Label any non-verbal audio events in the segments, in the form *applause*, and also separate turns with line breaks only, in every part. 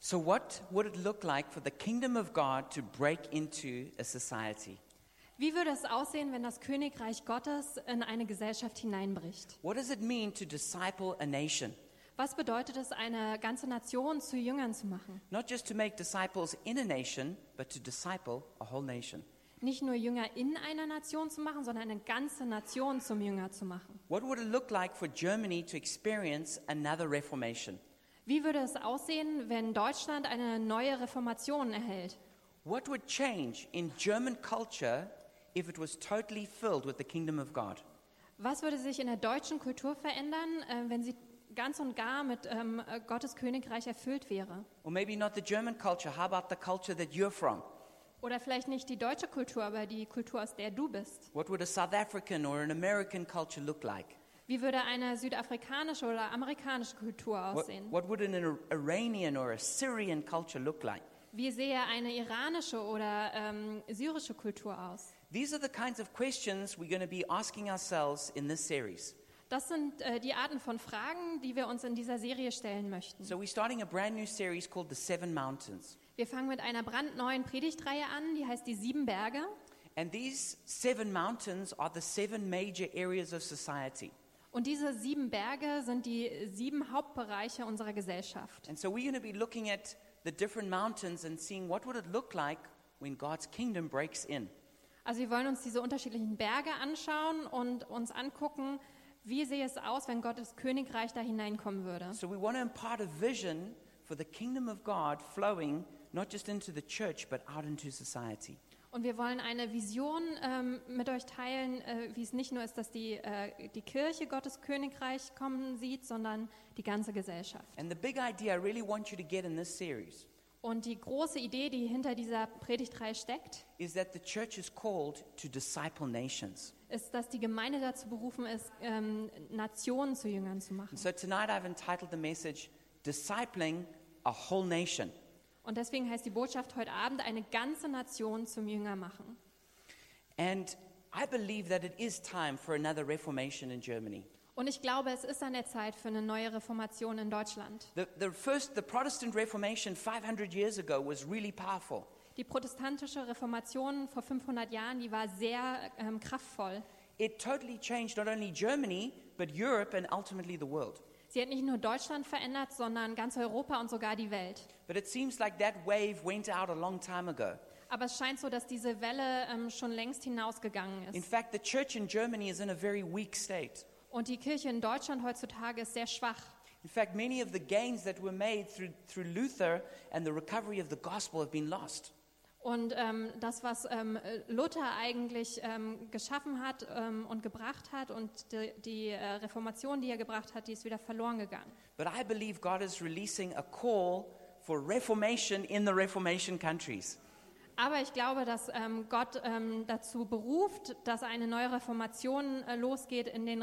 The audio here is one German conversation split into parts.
So, what would it look like for the kingdom of God to break into a society?
Wie würde es aussehen, wenn das Königreich Gottes in eine Gesellschaft hineinbricht?
What does it mean to disciple a nation?
Was bedeutet es, eine ganze Nation zu Jüngern zu machen?
Not just to make disciples in a nation, but to disciple a whole nation.
Nicht nur Jünger in einer Nation zu machen, sondern eine ganze Nation zum Jünger zu machen.
What would it look like for Germany to experience another reformation?
Wie würde es aussehen, wenn Deutschland eine neue Reformation erhält?
What would change in German culture if it was totally filled with the kingdom of God?
Was würde sich in der deutschen Kultur verändern, äh, wenn sie ganz und gar mit ähm, äh, Gottes Königreich erfüllt wäre?
Or maybe not the German culture, how about the culture that you're from?
Oder vielleicht nicht die deutsche Kultur, aber die Kultur, aus der du bist.
What would a South African or an American culture look like?
Wie würde eine südafrikanische oder amerikanische Kultur
What,
aussehen?
what would an Ira- Iranian or a Syrian culture look like?
Wie sähe eine iranische oder ähm, syrische Kultur aus?
These are the kinds of questions we're going to be asking ourselves in this series.
Das sind äh, die Arten von Fragen, die wir uns in dieser Serie stellen möchten.
So, we're starting a brand new series called The Seven Mountains.
Wir fangen mit einer brandneuen Predigtreihe an, die heißt die Sieben Berge.
And these seven mountains are the seven major areas of society.
Und diese sieben Berge sind die sieben Hauptbereiche unserer Gesellschaft.
And so we're going to be looking at the different mountains and seeing what would it look like when God's kingdom breaks in.
Also wir wollen uns diese unterschiedlichen Berge anschauen und uns angucken, wie sähe es aus, wenn Gottes Königreich da hineinkommen würde.
So we want to impart a vision for the kingdom of God flowing not just into the church but out into society.
Und wir wollen eine Vision ähm, mit euch teilen, äh, wie es nicht nur ist, dass die, äh, die Kirche Gottes Königreich kommen sieht, sondern die ganze Gesellschaft.
And the big idea I really want you to get in this series
Und die große Idee, die hinter dieser Predigtreihe steckt,
is that the church is called to disciple nations.
ist, dass die Gemeinde dazu berufen ist, ähm, Nationen zu Jüngern zu machen.
And so tonight I've entitled the message Discipling a Whole Nation.
Und deswegen heißt die Botschaft heute Abend, eine ganze Nation zum Jünger machen.
And I believe that it is time for another reformation in Germany.
Und ich glaube, es ist an der Zeit für eine neue Reformation in Deutschland.
The, the first, the Protestant Reformation 500 years ago was really powerful.
Die protestantische Reformation vor 500 Jahren, die war sehr ähm, kraftvoll.
It totally changed not only Germany, but Europe and ultimately the world.
Sie hat nicht nur Deutschland verändert, sondern ganz Europa und sogar die Welt.
But it seems like that wave went out a long time ago.
Aber es scheint so, dass diese Welle ähm, schon längst hinausgegangen
In
ist.
fact, the church in Germany is in a very weak state.
Und die Kirche in Deutschland heutzutage ist sehr schwach.
In fact, many of the gains that were made through, through Luther and the recovery of the gospel have been lost.
Und ähm, das, was ähm, Luther eigentlich ähm, geschaffen hat ähm, und gebracht hat und die, die äh, Reformation, die er gebracht hat, die ist wieder verloren gegangen.
But I believe God is releasing a call for reformation in the Reformation countries.
Aber ich glaube, dass ähm, Gott ähm, dazu beruft, dass eine neue Reformation äh, losgeht in den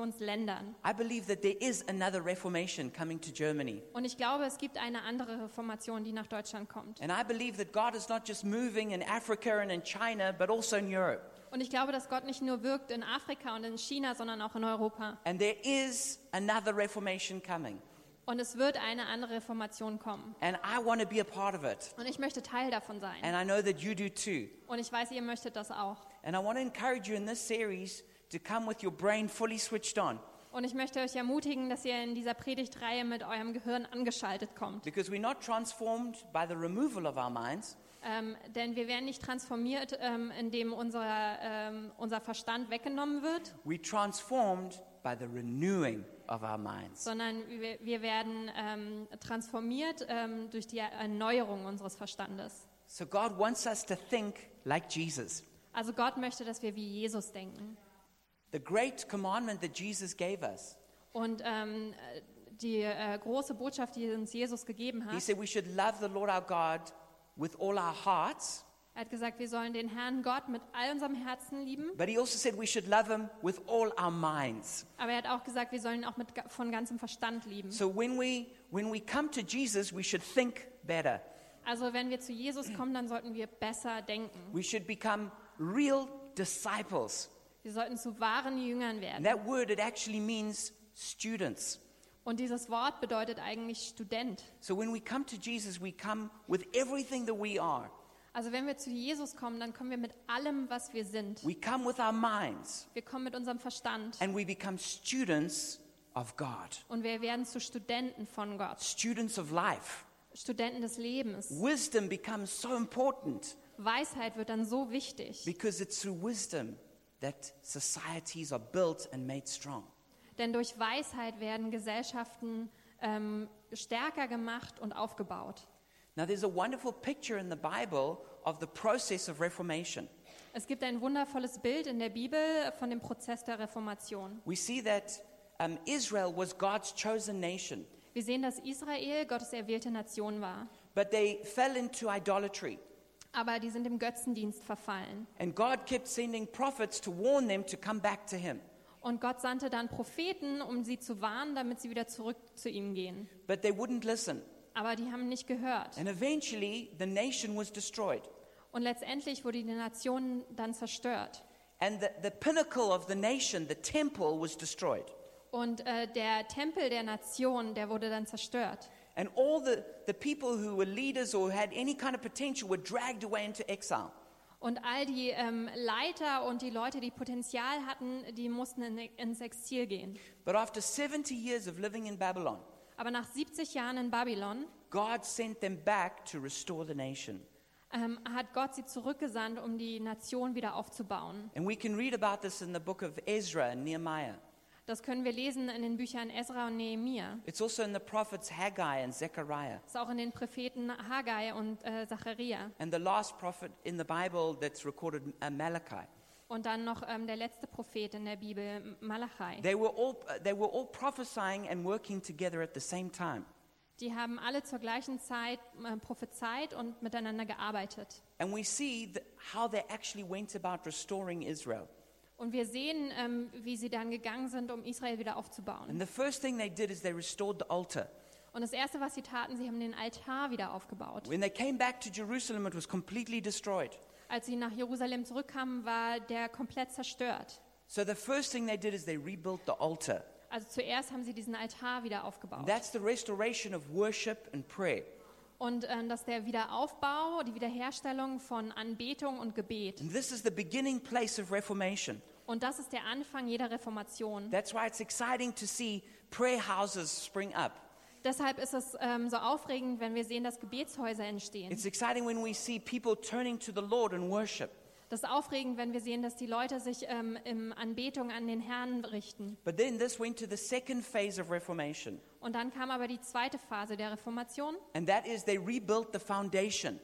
Reformationsländern.
I believe that there is another reformation coming to Germany.
Und ich glaube, es gibt eine andere Reformation, die nach Deutschland kommt.
And I believe that God is not just moving in Africa and in China, but also in Europe.
Und ich glaube, dass Gott nicht nur wirkt in Afrika und in China, sondern auch in Europa.
And there is another reformation coming.
Und es wird eine andere Reformation kommen.
And I want to be a part of it.
Und ich möchte Teil davon sein.
And I know that you do too.
Und ich weiß, ihr möchtet das auch.
And I want to encourage you in this series to come with your brain fully switched on
Und ich möchte euch ermutigen, dass ihr in dieser Predigtreihe mit eurem Gehirn angeschaltet kommt.
because we're not transformed by the removal of our minds,
Ähm, denn wir werden nicht transformiert, ähm, indem unser, ähm, unser Verstand weggenommen wird,
we're transformed by the renewing of our minds.
sondern wir, wir werden ähm, transformiert ähm, durch die Erneuerung unseres Verstandes.
So God wants us to think like Jesus.
Also Gott möchte, dass wir wie Jesus denken.
The great commandment that Jesus gave us
Und ähm, äh, die äh, große Botschaft, die uns Jesus gegeben
He
hat,
said we should love the Lord our God with all our hearts,
er hat gesagt, wir sollen den Herrn Gott mit all unserem Herzen lieben.
but he also said we should love him with all our minds.
Aber er hat auch gesagt, wir sollen ihn auch mit, ga- von ganzem Verstand lieben.
So when we when we come to Jesus, we should think better.
Also wenn wir zu Jesus kommen, dann sollten wir besser denken.
We should become real disciples.
Wir sollten zu wahren Jüngern
And
werden.
that word it actually means students.
Und dieses Wort bedeutet eigentlich Student.
So when we come to Jesus, we come with everything that we are.
Also wenn wir zu Jesus kommen, dann kommen wir mit allem, was wir sind.
We come with our minds
Wir kommen mit unserem Verstand
and we become students of God,
und wir werden zu Studenten von Gott,
students of life.
Studenten des Lebens.
Wisdom becomes so important
Weisheit wird dann so wichtig,
because it's through wisdom that societies are built and made strong.
denn durch Weisheit werden Gesellschaften ähm, stärker gemacht und aufgebaut.
Now, there's a wonderful picture in the Bible of the process of Reformation.
Es gibt ein wundervolles Bild in der Bibel von dem Prozess der Reformation.
We see that um, Israel was God's chosen nation,
Wir sehen, dass Israel Gottes erwählte Nation war,
but they fell into idolatry.
aber die sind dem Götzendienst verfallen.
And God kept sending prophets to warn them to come back to Him.
Und Gott sandte dann Propheten, um sie zu warnen, damit sie wieder zurück zu ihm gehen.
But they wouldn't listen.
Aber die haben nicht gehört.
And eventually, the nation was destroyed.
Und letztendlich wurde die Nation dann zerstört.
And the, the pinnacle of the nation, the temple, was destroyed.
Und äh, der Tempel der Nation, der wurde dann zerstört.
And all the, the people who were leaders or had any kind of potential were dragged away into exile.
Und all die ähm, Leiter und die Leute, die Potenzial hatten, die mussten in, ins Exil gehen.
But after 70 years of living in Babylon,
Aber nach 70 Jahren in Babylon
God sent them back to restore the nation.
ähm, hat Gott sie zurückgesandt, um die Nation wieder aufzubauen.
And we can read about this in the book of Ezra and Nehemiah.
Das können wir lesen in den Büchern Ezra und Nehemia.
It's also in the prophets Haggai and Zechariah.
Das ist auch in den Propheten Haggai und äh, Zacharia.
And the last prophet in the Bible that's recorded, uh, Malachi.
Und dann noch ähm, der letzte Prophet in der Bibel, M- Malachai.
They were, all, uh, they were all prophesying and working together at the same time.
Die haben alle zur gleichen Zeit äh, prophezeit und miteinander gearbeitet.
And we see th- how they actually went about restoring Israel.
Und wir sehen, ähm, wie sie dann gegangen sind, um Israel wieder
And
aufzubauen.
the first thing they did is they restored the altar.
Und das Erste, was sie taten, sie haben den Altar wieder aufgebaut.
When they came back to Jerusalem, it was completely destroyed.
Als sie nach Jerusalem zurückkamen, war der komplett zerstört.
So the first thing they did is they rebuilt the altar.
Also zuerst haben sie diesen Altar wieder
And
aufgebaut.
That's the restoration of worship and prayer.
Und ähm, dass der Wiederaufbau, die Wiederherstellung von Anbetung und Gebet.
And this is the beginning place of Reformation.
Und das ist der Anfang jeder Reformation.
That's why it's exciting to see prayer houses spring up.
Deshalb ist es ähm, so aufregend, wenn wir sehen, dass Gebetshäuser entstehen.
It's exciting when we see people turning to the Lord in worship.
Das ist aufregend, wenn wir sehen, dass die Leute sich ähm, in Anbetung an den Herrn richten.
But then this went to the second phase of Reformation,
Und dann kam aber die zweite Phase der Reformation.
and that is they rebuilt the foundation.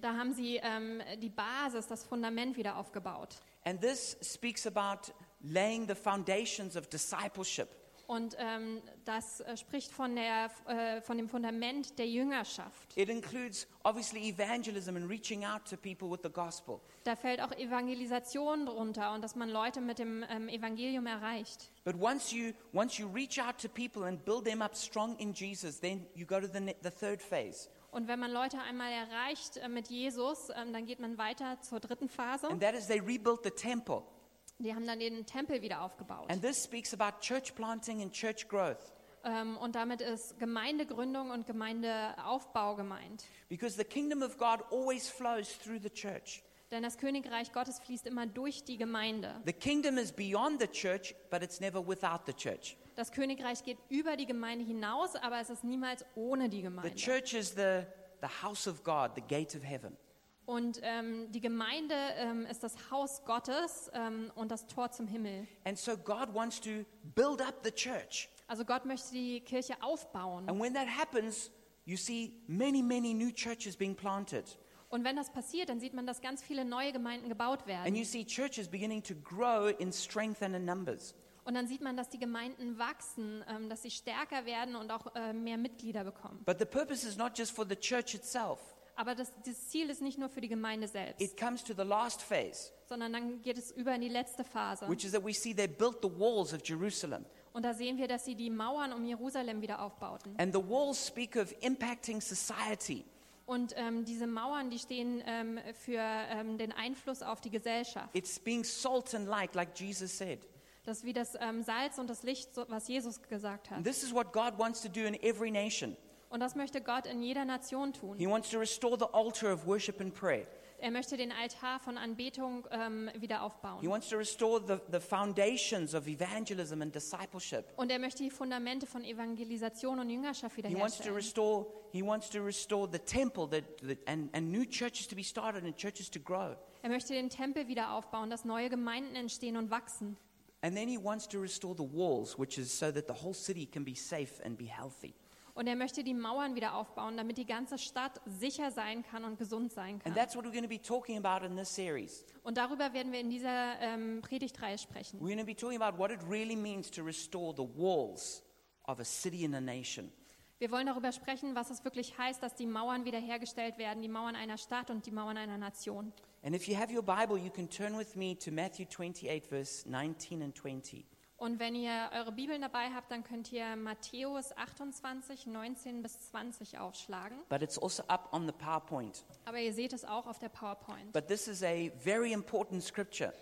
Da haben sie ähm, die Basis, das Fundament wieder aufgebaut.
And this speaks about laying the foundations of discipleship.
Und ähm, das äh, spricht von, der, äh, von dem Fundament der Jüngerschaft.
It includes obviously evangelism and reaching out to people with the gospel.
Da fällt auch Evangelisation drunter und dass man Leute mit dem ähm, Evangelium erreicht.
But once you, once you reach out to people and build them up strong in Jesus, then you go to the, ne- the third phase.
Und wenn man Leute einmal erreicht äh, mit Jesus, ähm, dann geht man weiter zur dritten Phase.
And that is they rebuilt the temple.
Die haben dann den Tempel wieder aufgebaut.
And this speaks about church planting and church growth.
Ähm, und damit ist Gemeindegründung und Gemeindeaufbau gemeint.
Because the kingdom of God always flows through the church.
Denn das Königreich Gottes fließt immer durch die Gemeinde.
The kingdom is beyond the church, but it's never without the church.
Das Königreich geht über die Gemeinde hinaus, aber es ist niemals ohne die
The
Gemeinde.
church is the, the house of God, the gate of heaven.
Und ähm, die Gemeinde ähm, ist das Haus Gottes ähm, und das Tor zum Himmel.
And so God wants to build up the church.
Also Gott möchte die Kirche aufbauen.
And when that happens, you see many, many new churches being planted.
Und wenn das passiert, dann sieht man, dass ganz viele neue Gemeinden gebaut
And you
werden.
see churches beginning to grow in strength and in numbers.
Und dann sieht man, dass die Gemeinden wachsen, ähm, dass sie stärker werden und auch äh, mehr Mitglieder bekommen.
But the purpose is not just for the church itself,
Aber das, das Ziel ist nicht nur für die Gemeinde selbst,
it comes to the last phase,
sondern dann geht es über in die letzte Phase.
which is that we see they built the walls of Jerusalem.
Und da sehen wir, dass sie die Mauern um Jerusalem wieder aufbauten.
And the walls speak of impacting society.
Und ähm, diese Mauern, die stehen ähm, für ähm, den Einfluss auf die Gesellschaft.
It's being salt and light, like Jesus said.
Das ist wie das ähm, Salz und das Licht, so, was Jesus gesagt
And
hat.
this is what God wants to do in every nation.
Und das möchte Gott in jeder Nation
He
tun.
wants to restore the altar of worship and prayer.
Er möchte den Altar von Anbetung ähm, wieder
He
aufbauen.
wants to restore the, the foundations of evangelism and discipleship.
Und er möchte die Fundamente von Evangelisation und Jüngerschaft
He wants to
wiederherstellen.
restore, he wants to restore the temple that, that, and, and new churches to be started and churches to grow.
Er möchte den Tempel wieder aufbauen, dass neue Gemeinden entstehen und wachsen.
And then he wants to restore the walls, which is so that the whole city can be safe and be healthy.
Und er möchte die Mauern wieder aufbauen, damit die ganze Stadt sicher sein kann und gesund sein
And
kann.
that's what we're going to be talking about in this series.
Und darüber werden wir in dieser ähm, Predigtreihe sprechen.
We're going to be talking about what it really means to restore the walls of a city and a nation.
Wir wollen darüber sprechen, was es wirklich heißt, dass die Mauern wiederhergestellt werden, die Mauern einer Stadt und die Mauern einer Nation.
And if you have your Bible, you can turn with me to Matthew 28, verse 19 and 20.
Und wenn ihr eure Bibeln dabei habt, dann könnt ihr Matthäus 28, 19 bis 20 aufschlagen.
But it's also up on the PowerPoint.
Aber ihr seht es auch auf der PowerPoint.
But this is a very important scripture.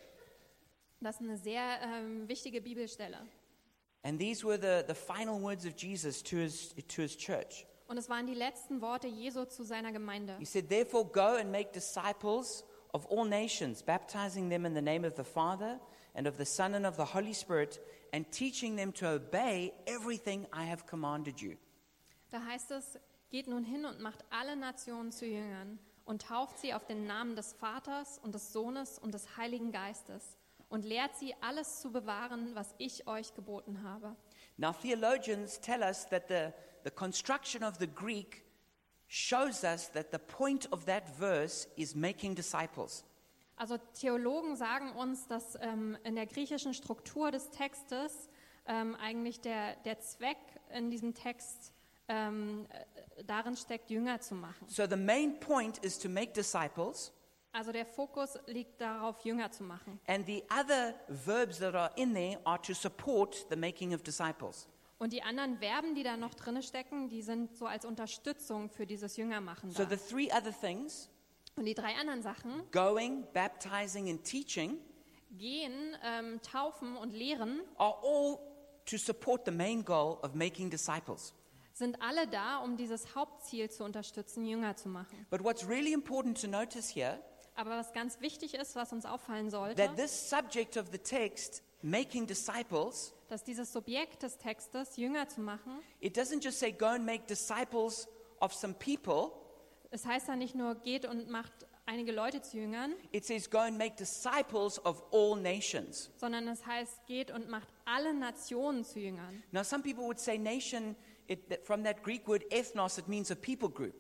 Das ist eine sehr ähm, wichtige Bibelstelle.
And these were the, the final words of Jesus to his, to his church.
Und es waren die letzten Worte Jesu zu seiner Gemeinde.
He said, Therefore, go and make disciples of all nations, baptizing them in the name of the Father and of the Son and of the Holy Spirit, and teaching them to obey everything I have commanded you.
Da heißt es, geht nun hin und macht alle Nationen zu Jüngern und tauft sie auf den Namen des Vaters und des Sohnes und des Heiligen Geistes und lehrt sie alles zu bewahren, was ich euch geboten habe.
Now, theologians tell us that the, the construction of the Greek shows us that the point of that verse is making disciples.
Also Theologen sagen uns, dass ähm, in der griechischen Struktur des Textes ähm, eigentlich der, der Zweck in diesem Text ähm, äh, darin steckt, Jünger zu machen.
So, the main point is to make disciples,
Also der Fokus liegt darauf, Jünger zu machen.
and the other verbs that are in there are to support the making of disciples.
Und die anderen Verben, die da noch drin stecken, die sind so als Unterstützung für dieses Jüngermachen
So, the
da.
three other things
Und die drei anderen Sachen,
going, baptizing, and teaching
gehen, ähm, taufen und lehren,
are all to support the main goal of making disciples.
sind alle da, um dieses Hauptziel zu unterstützen, Jünger zu machen.
But what's really important to notice here
Aber was ganz wichtig ist, was uns auffallen sollte,
that this subject of the text making disciples
dass dieses Subjekt des Textes, Jünger zu machen,
it doesn't just say go and make disciples of some people
es heißt da nicht nur geht und macht einige Leute zu Jüngern,
it says go and make disciples of all nations
sondern es heißt geht und macht alle Nationen zu Jüngern.
now some people would say nation it, that- from that greek word ethnos it means a people group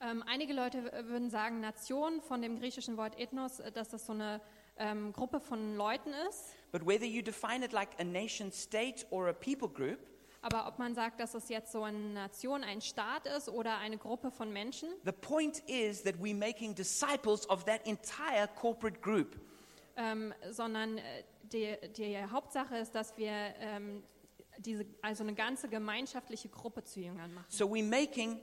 Ähm, einige Leute w- würden sagen, Nation von dem griechischen Wort Ethnos, äh, dass das so eine ähm, Gruppe von Leuten ist.
but whether you define it like a nation state or a people group
Aber ob man sagt, dass es jetzt so eine Nation, ein Staat ist oder eine Gruppe von Menschen,
The point is that we're making disciples of that entire corporate group.
ähm, sondern äh, die, die Hauptsache ist, dass wir ähm, diese, also eine ganze gemeinschaftliche Gruppe zu Jüngern machen.
So we're making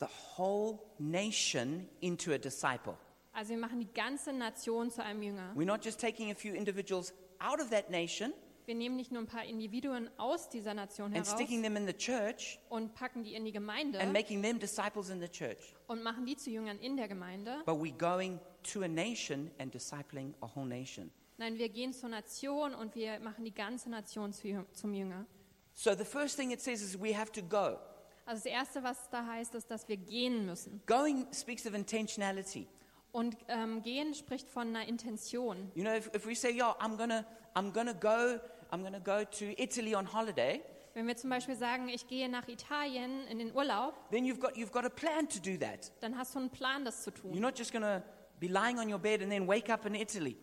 the whole nation into a disciple.
Also wir machen die ganze Nation zu einem Jünger.
We're not just taking a few individuals out of that nation
Wir nehmen nicht nur ein paar Individuen aus dieser Nation
and
heraus
sticking them in the church
und packen die in die
and
Gemeinde
making them disciples in the church,
und machen die zu Jüngern in der Gemeinde,
but we're going to a nation and discipling a whole nation.
Nein, wir gehen zur Nation und wir machen die ganze Nation zu, Jüng- zum Jünger.
So the first thing it says is we have to go.
Also das Erste, was da heißt, ist, dass wir gehen müssen.
Going speaks of intentionality.
Und ähm, gehen spricht von einer Intention.
You know, if, if we say, yo, I'm gonna, I'm gonna go, I'm gonna go to Italy on holiday,
Wenn wir zum Beispiel sagen, ich gehe nach Italien in den Urlaub,
then you've got, you've got a plan to do that.
dann hast du einen Plan, das zu
You're
tun.
not just going to be lying on your bed and then wake up in Italy.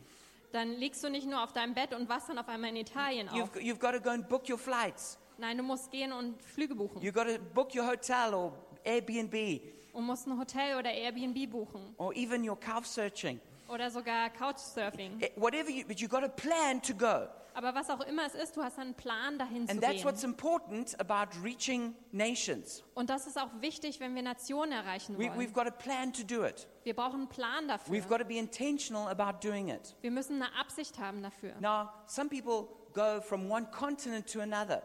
Dann liegst du nicht nur auf deinem Bett und wachst dann auf einmal in Italien auf.
You've, you've got to go and book your flights.
Nein, du musst gehen und Flüge buchen
You've got to book your hotel or Airbnb
und musst ein Hotel oder Airbnb buchen
or even your couch searching.
oder sogar Couchsurfing.
Eh, Whatever you, but you've got a plan to go.
Aber was auch immer es ist, du hast einen Plan, dahin zu
And that's
gehen.
what's important about reaching nations.
Und das ist auch wichtig, wenn wir Nationen erreichen
We,
wollen.
we've got a plan to do it.
Wir brauchen einen Plan dafür.
We've got to be intentional about doing it.
wir müssen eine Absicht haben dafür.
Now, some people go from one continent to another.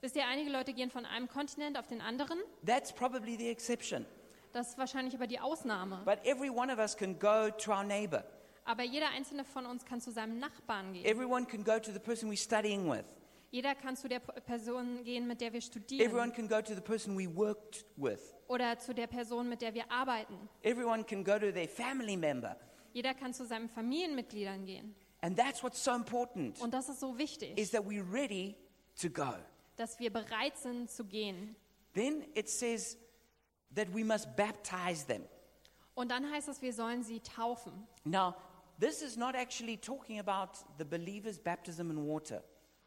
Wisst ihr, einige Leute gehen von einem Kontinent auf den anderen.
That's probably the exception.
Das ist wahrscheinlich aber die Ausnahme.
But every one of us can go to our neighbor.
Aber jeder einzelne von uns kann zu seinem Nachbarn gehen.
Everyone can go to the person we're studying with.
Jeder kann zu der P- Person gehen, mit der wir
Everyone
studieren.
can go to the person we worked with.
Oder zu der Person, mit der wir arbeiten.
Everyone can go to their family member.
Jeder kann zu seinen Familienmitgliedern gehen.
And that's what's so important
Und das ist so wichtig,
is that we're ready to go.
dass wir bereit sind zu gehen.
Then it says that we must baptize them.
Und dann heißt es, wir sollen sie taufen.
Now, this is not actually talking about the believer's baptism in water.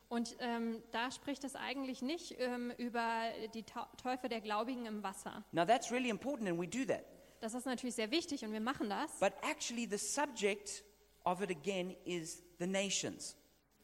Und ähm, da spricht es eigentlich nicht ähm, über die Ta Täufe der Glaubigen im Wasser.
Now, that's really important, and we do that.
Das ist natürlich sehr wichtig und wir machen das.
But actually, the subject of it again is the nations.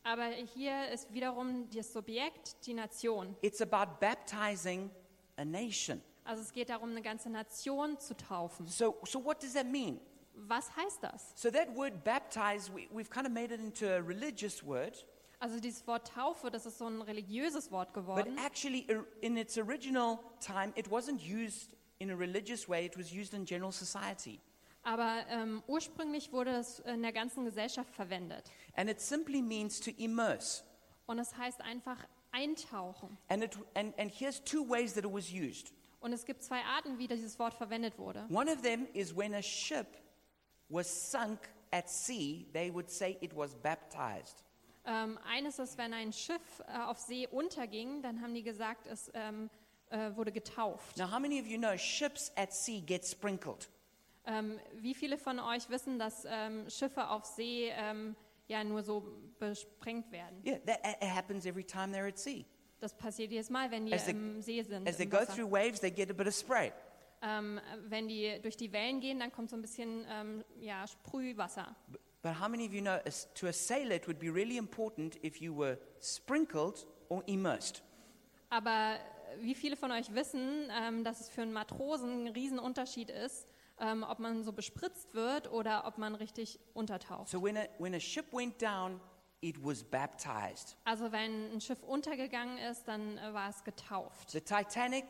Aber hier ist wiederum das Subjekt die Nation.
It's about baptizing a nation.
Also es geht darum, eine ganze Nation zu taufen.
So, so what does that mean?
Was heißt das?
So that word baptize, we, we've kind of made it into a religious word,
Also dieses Wort Taufe, das ist so ein religiöses Wort
but äh,
geworden.
actually, ir- in its original time, it wasn't used in a religious way. It was used in general society,
Aber ähm, ursprünglich wurde es in der ganzen Gesellschaft verwendet.
and it simply means to immerse.
Und es heißt einfach eintauchen.
And, it, and, and here's two ways that it was used.
Und es gibt zwei Arten, wie dieses Wort verwendet wurde.
One of them is when a ship was sunk at sea, they would say it was baptized.
Ähm, eines ist, wenn ein Schiff äh, auf See unterging, dann haben die gesagt, es ähm, äh, wurde getauft.
Now, how many of you know ships at sea get sprinkled?
Ähm, wie viele von euch wissen, dass ähm, Schiffe auf See ähm, ja nur so besprengt werden?
Yeah, that it happens every time they're at sea.
Das passiert jedes Mal, wenn die
As they-
im See sind.
As they
Im
go
Wasser.
through waves, they get a bit of spray.
ähm, wenn die durch die Wellen gehen, dann kommt so ein bisschen ähm, ja, Sprühwasser.
B- But how many of you know as- to a sailor it would be really important if you were sprinkled or immersed?
Aber wie viele von euch wissen, ähm, dass es für einen Matrosen ein Riesenunterschied ist, ähm, ob man so bespritzt wird oder ob man richtig untertaucht?
So when a, when a ship went down, it was baptized.
Also wenn ein Schiff untergegangen ist, dann äh, war es getauft.
The Titanic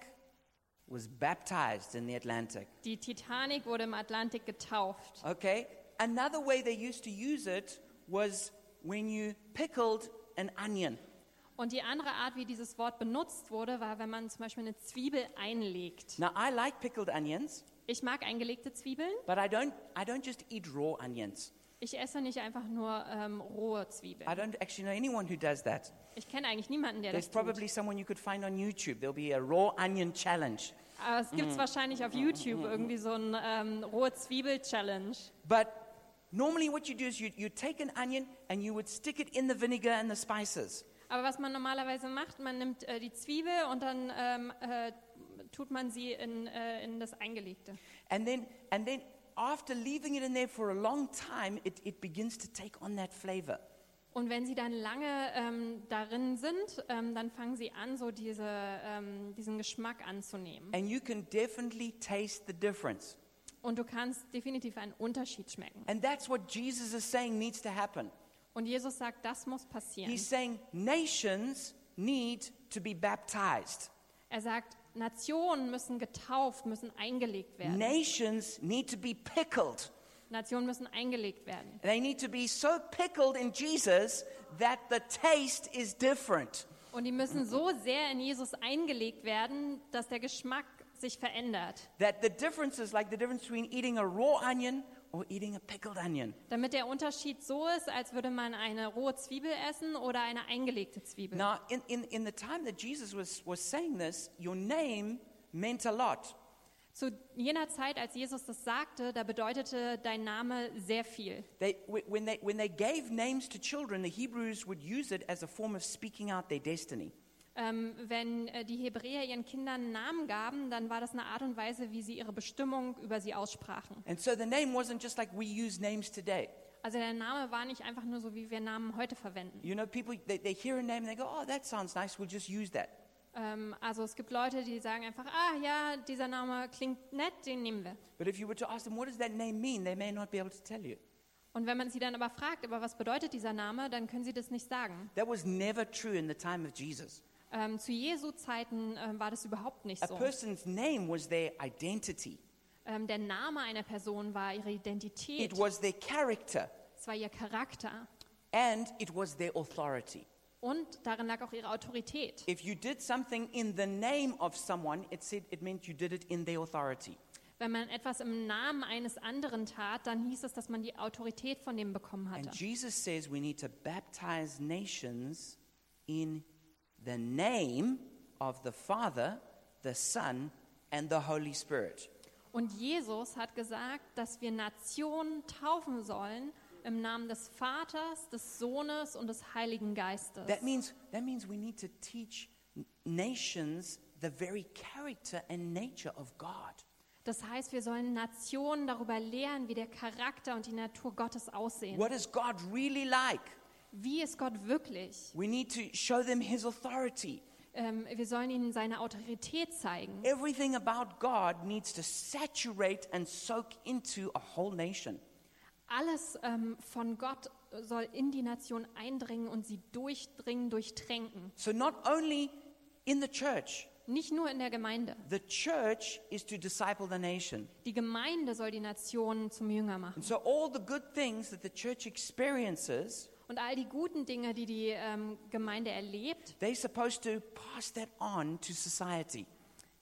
was baptized in the Atlantic.
Die Titanic wurde im Atlantik getauft.
Okay? Another way they used to use it was when you pickled an onion.
Und die andere Art, wie dieses Wort benutzt wurde, war, wenn man zum Beispiel eine Zwiebel einlegt.
Now I like pickled onions,
Ich mag eingelegte Zwiebeln.
but I don't I don't just eat raw onions.
Ich esse nicht einfach nur ähm, rohe Zwiebeln.
I don't actually know anyone who does that.
Ich kenne eigentlich niemanden, der
There's
das tut.
probably someone you could find on YouTube. There'll be a raw onion challenge.
Aber es
Mm.
gibt es wahrscheinlich auf YouTube irgendwie so ein ähm, rohe Zwiebel-Challenge.
But normally, what you do is you, you take an onion and you would stick it in the vinegar and the spices.
Aber was man normalerweise macht, man nimmt äh, die Zwiebel und dann ähm, äh, tut man sie in, äh, in das Eingelegte.
And then, and then after leaving it in there for a long time, it, it begins to take on that flavor.
Und wenn sie dann lange ähm, darin sind, ähm, dann fangen sie an, so diese, ähm, diesen Geschmack anzunehmen.
And you can definitely taste the difference.
Und du kannst definitiv einen Unterschied schmecken.
And that's what Jesus is saying needs to happen.
Und Jesus sagt, das muss passieren.
He's saying nations need to be baptized,
Er sagt, Nationen müssen getauft, müssen eingelegt werden.
Ne- nations need to be pickled.
Nationen müssen eingelegt werden.
They need to be so pickled in Jesus that the taste is different.
Und die müssen so sehr in Jesus eingelegt werden, dass der Geschmack sich verändert.
That the difference is like the difference between eating a raw onion or eating a pickled onion.
Damit der Unterschied so ist, als würde man eine rohe Zwiebel essen oder eine eingelegte Zwiebel.
Now, in, in, in the time that Jesus was, was saying this, your name meant a lot.
Zu jener Zeit, als Jesus das sagte, da bedeutete dein Name sehr viel.
They, wh- when, they, when they gave names to children, the Hebrews would use it as a form of speaking out their destiny.
Ähm, wenn äh, die Hebräer ihren Kindern Namen gaben, dann war das eine Art und Weise, wie sie ihre Bestimmung über sie aussprachen.
And so the name wasn't just like we use names today.
Also der Name war nicht einfach nur so, wie wir Namen heute verwenden.
You know, people, they, they hear a name and they go, oh, that sounds nice, we'll just use that.
Ähm, also es gibt Leute, die sagen einfach, ah ja, dieser Name klingt nett, den nehmen wir.
But if you were to ask them, what does that name mean? They may not be able to tell you.
Und wenn man sie dann aber fragt, aber was bedeutet dieser Name, dann können sie das nicht sagen.
That was never true in the time of Jesus.
Ähm, zu Jesu Zeiten ähm, war das überhaupt nicht
A
so.
person's name was their identity,
Ähm, der Name einer Person war ihre
it
Identität,
was their character,
es war ihr Charakter
and it was their authority.
und darin lag auch ihre Autorität.
If you did something in the name of someone, it said it meant you did it in their authority.
Wenn man etwas im Namen eines anderen tat, dann hieß es, dass man die Autorität von dem bekommen hatte.
And Jesus says we need to baptize nations in the name of the Father, the Son, and the Holy Spirit.
Und Jesus hat gesagt, dass wir Nationen taufen sollen im Namen des Vaters, des Sohnes und des Heiligen Geistes.
That means that means we need to teach n- nations the very character and nature of God.
Das heißt, wir sollen Nationen darüber lehren, wie der Charakter und die Natur Gottes aussehen.
What is God really like?
Wie ist Gott wirklich?
We need to show them his authority.
Ähm, wir sollen ihnen seine Autorität zeigen.
Everything about God needs to saturate and soak into a whole nation.
Alles ähm, von Gott soll in die Nation eindringen und sie durchdringen, durchtränken.
So not only in the church,
Nicht nur in der Gemeinde.
the church is to disciple the nation.
Die Gemeinde soll die Nationen zum Jünger machen.
And so all the good things that the church experiences,
Und all die guten Dinge, die die ähm, Gemeinde erlebt,
they're supposed to pass that on to society.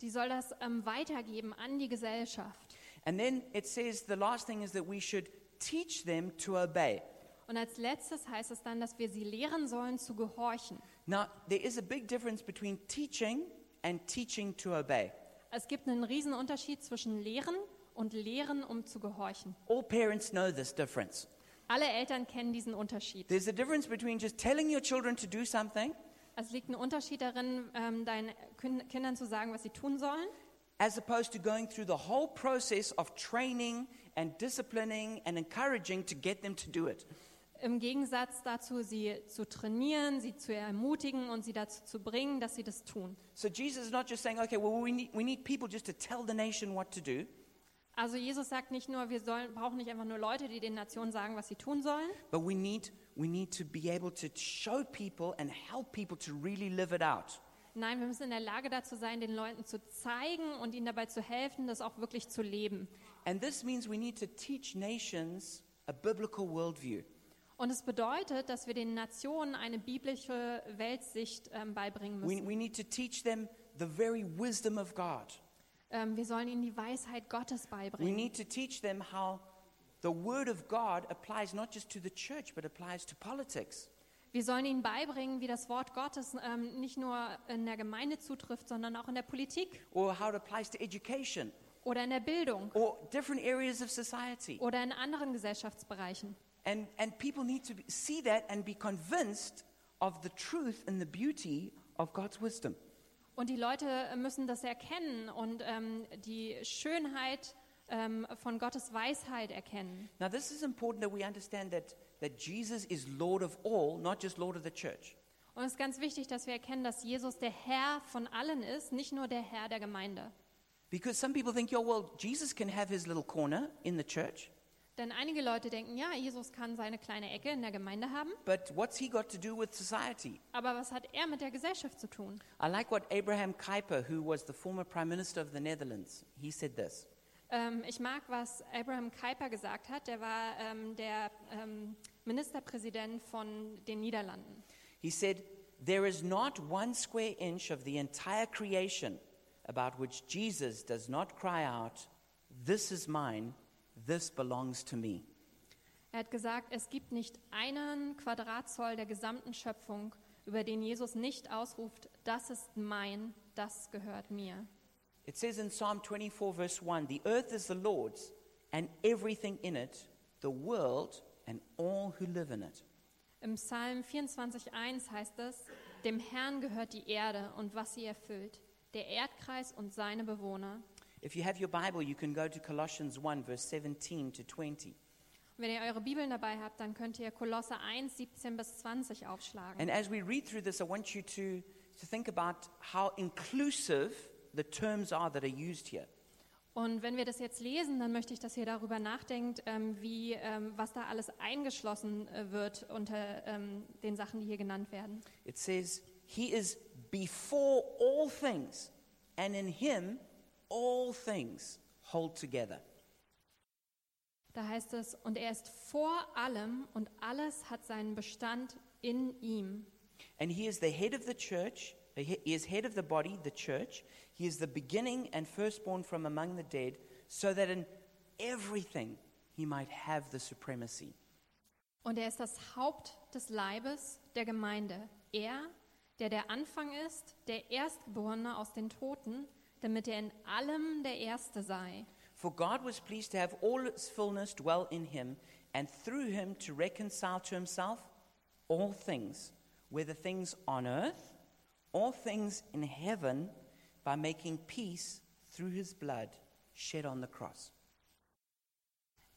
die soll das ähm, weitergeben an die Gesellschaft.
And then it says the last thing is that we should teach them to obey.
Und als letztes heißt es dann, dass wir sie lehren sollen zu gehorchen.
Now, there is a big difference between teaching and teaching to obey.
Es gibt einen riesen Unterschied zwischen lehren und lehren, um zu gehorchen.
All parents know this difference.
Alle Eltern kennen diesen Unterschied.
There's a difference between just telling your children to do something
Es liegt ein Unterschied darin, ähm, deinen Kün- Kindern zu sagen, was sie tun sollen,
as opposed to going through the whole process of training and disciplining and encouraging to get them to do it.
im Gegensatz dazu, sie zu trainieren, sie zu ermutigen und sie dazu zu bringen, dass sie das tun.
So Jesus is not just saying, okay, well, we need, we need people just to tell the nation what to do,
Also Jesus sagt nicht nur, wir sollen, brauchen nicht einfach nur Leute, die den Nationen sagen, was sie tun sollen,
but we need, we need to be able to show people and help people to really live it out.
Nein, wir müssen in der Lage dazu sein, den Leuten zu zeigen und ihnen dabei zu helfen, das auch wirklich zu leben.
And this means we need to teach nations a biblical worldview.
Und es bedeutet, dass wir den Nationen eine biblische Weltsicht ähm, beibringen
We,
müssen.
we need to teach them the very wisdom of God.
Ähm, wir sollen ihnen die Weisheit Gottes
We
beibringen.
need to teach them how the word of God applies not just to the church, but applies to politics.
Wir sollen ihnen beibringen, wie das Wort Gottes ähm, nicht nur in der Gemeinde zutrifft, sondern auch in der Politik
Or how it applies to education,
oder in der Bildung
or different areas of society.
oder in anderen Gesellschaftsbereichen.
And, and people need to be, see that and be convinced of the truth and the beauty of God's wisdom.
Und die Leute äh, müssen das erkennen und ähm, die Schönheit ähm, von Gottes Weisheit erkennen.
Now, this is important that we understand that, that Jesus is Lord of all, not just Lord of the church.
Und es ist ganz wichtig, dass wir erkennen, dass Jesus der Herr von allen ist, nicht nur der Herr der Gemeinde.
Because some people think, yo, well, Jesus can have his little corner in the church,
Denn einige Leute denken, ja, Jesus kann seine kleine Ecke in der Gemeinde haben,
but what's he got to do with society?
aber was hat er mit der Gesellschaft zu tun?
I like what Abraham Kuyper, who was the former prime minister of the Netherlands, he said this.
Ähm, ich mag, was Abraham Kuyper gesagt hat. Der war ähm, der ähm, Ministerpräsident von den Niederlanden.
He said, There is not one square inch of the entire creation about which Jesus does not cry out, This is mine, this belongs to me.
Er hat gesagt, es gibt nicht einen Quadratzoll der gesamten Schöpfung, über den Jesus nicht ausruft, das ist mein, das gehört mir.
It says in Psalm 24, verse 1 The earth is the Lord's, and everything in it, the world and all who live in it.
Im Psalm 24,1 heißt es: Dem Herrn gehört die Erde und was sie erfüllt, der Erdkreis und seine Bewohner.
If you have your Bible, you can go to Colossians 1, verse 17 to 20.
Wenn ihr eure Bibeln dabei habt, dann könnt ihr Kolosse 1, 17 bis 20 aufschlagen.
And as we read through this, I want you to, to think about how inclusive the terms are that are used here.
Und wenn wir das jetzt lesen, dann möchte ich, dass ihr darüber nachdenkt, ähm, wie, ähm, was da alles eingeschlossen äh, wird unter ähm, den Sachen, die hier genannt werden.
It says, He is before all things, and in Him all things hold together.
Da heißt es, und er ist vor allem und alles hat seinen Bestand in ihm.
And He is the head of the church. He he is head of the body, the church. He is the beginning and firstborn from among the dead, so that in everything He might have the supremacy.
Und er ist das Haupt des Leibes der Gemeinde. Er, der der Anfang ist, der Erstgeborene aus den Toten, damit er in allem der Erste sei.
For God was pleased to have all its fullness dwell in him, and through him to reconcile to himself all things, whether things on earth or things in heaven, by making peace through his blood shed on the cross.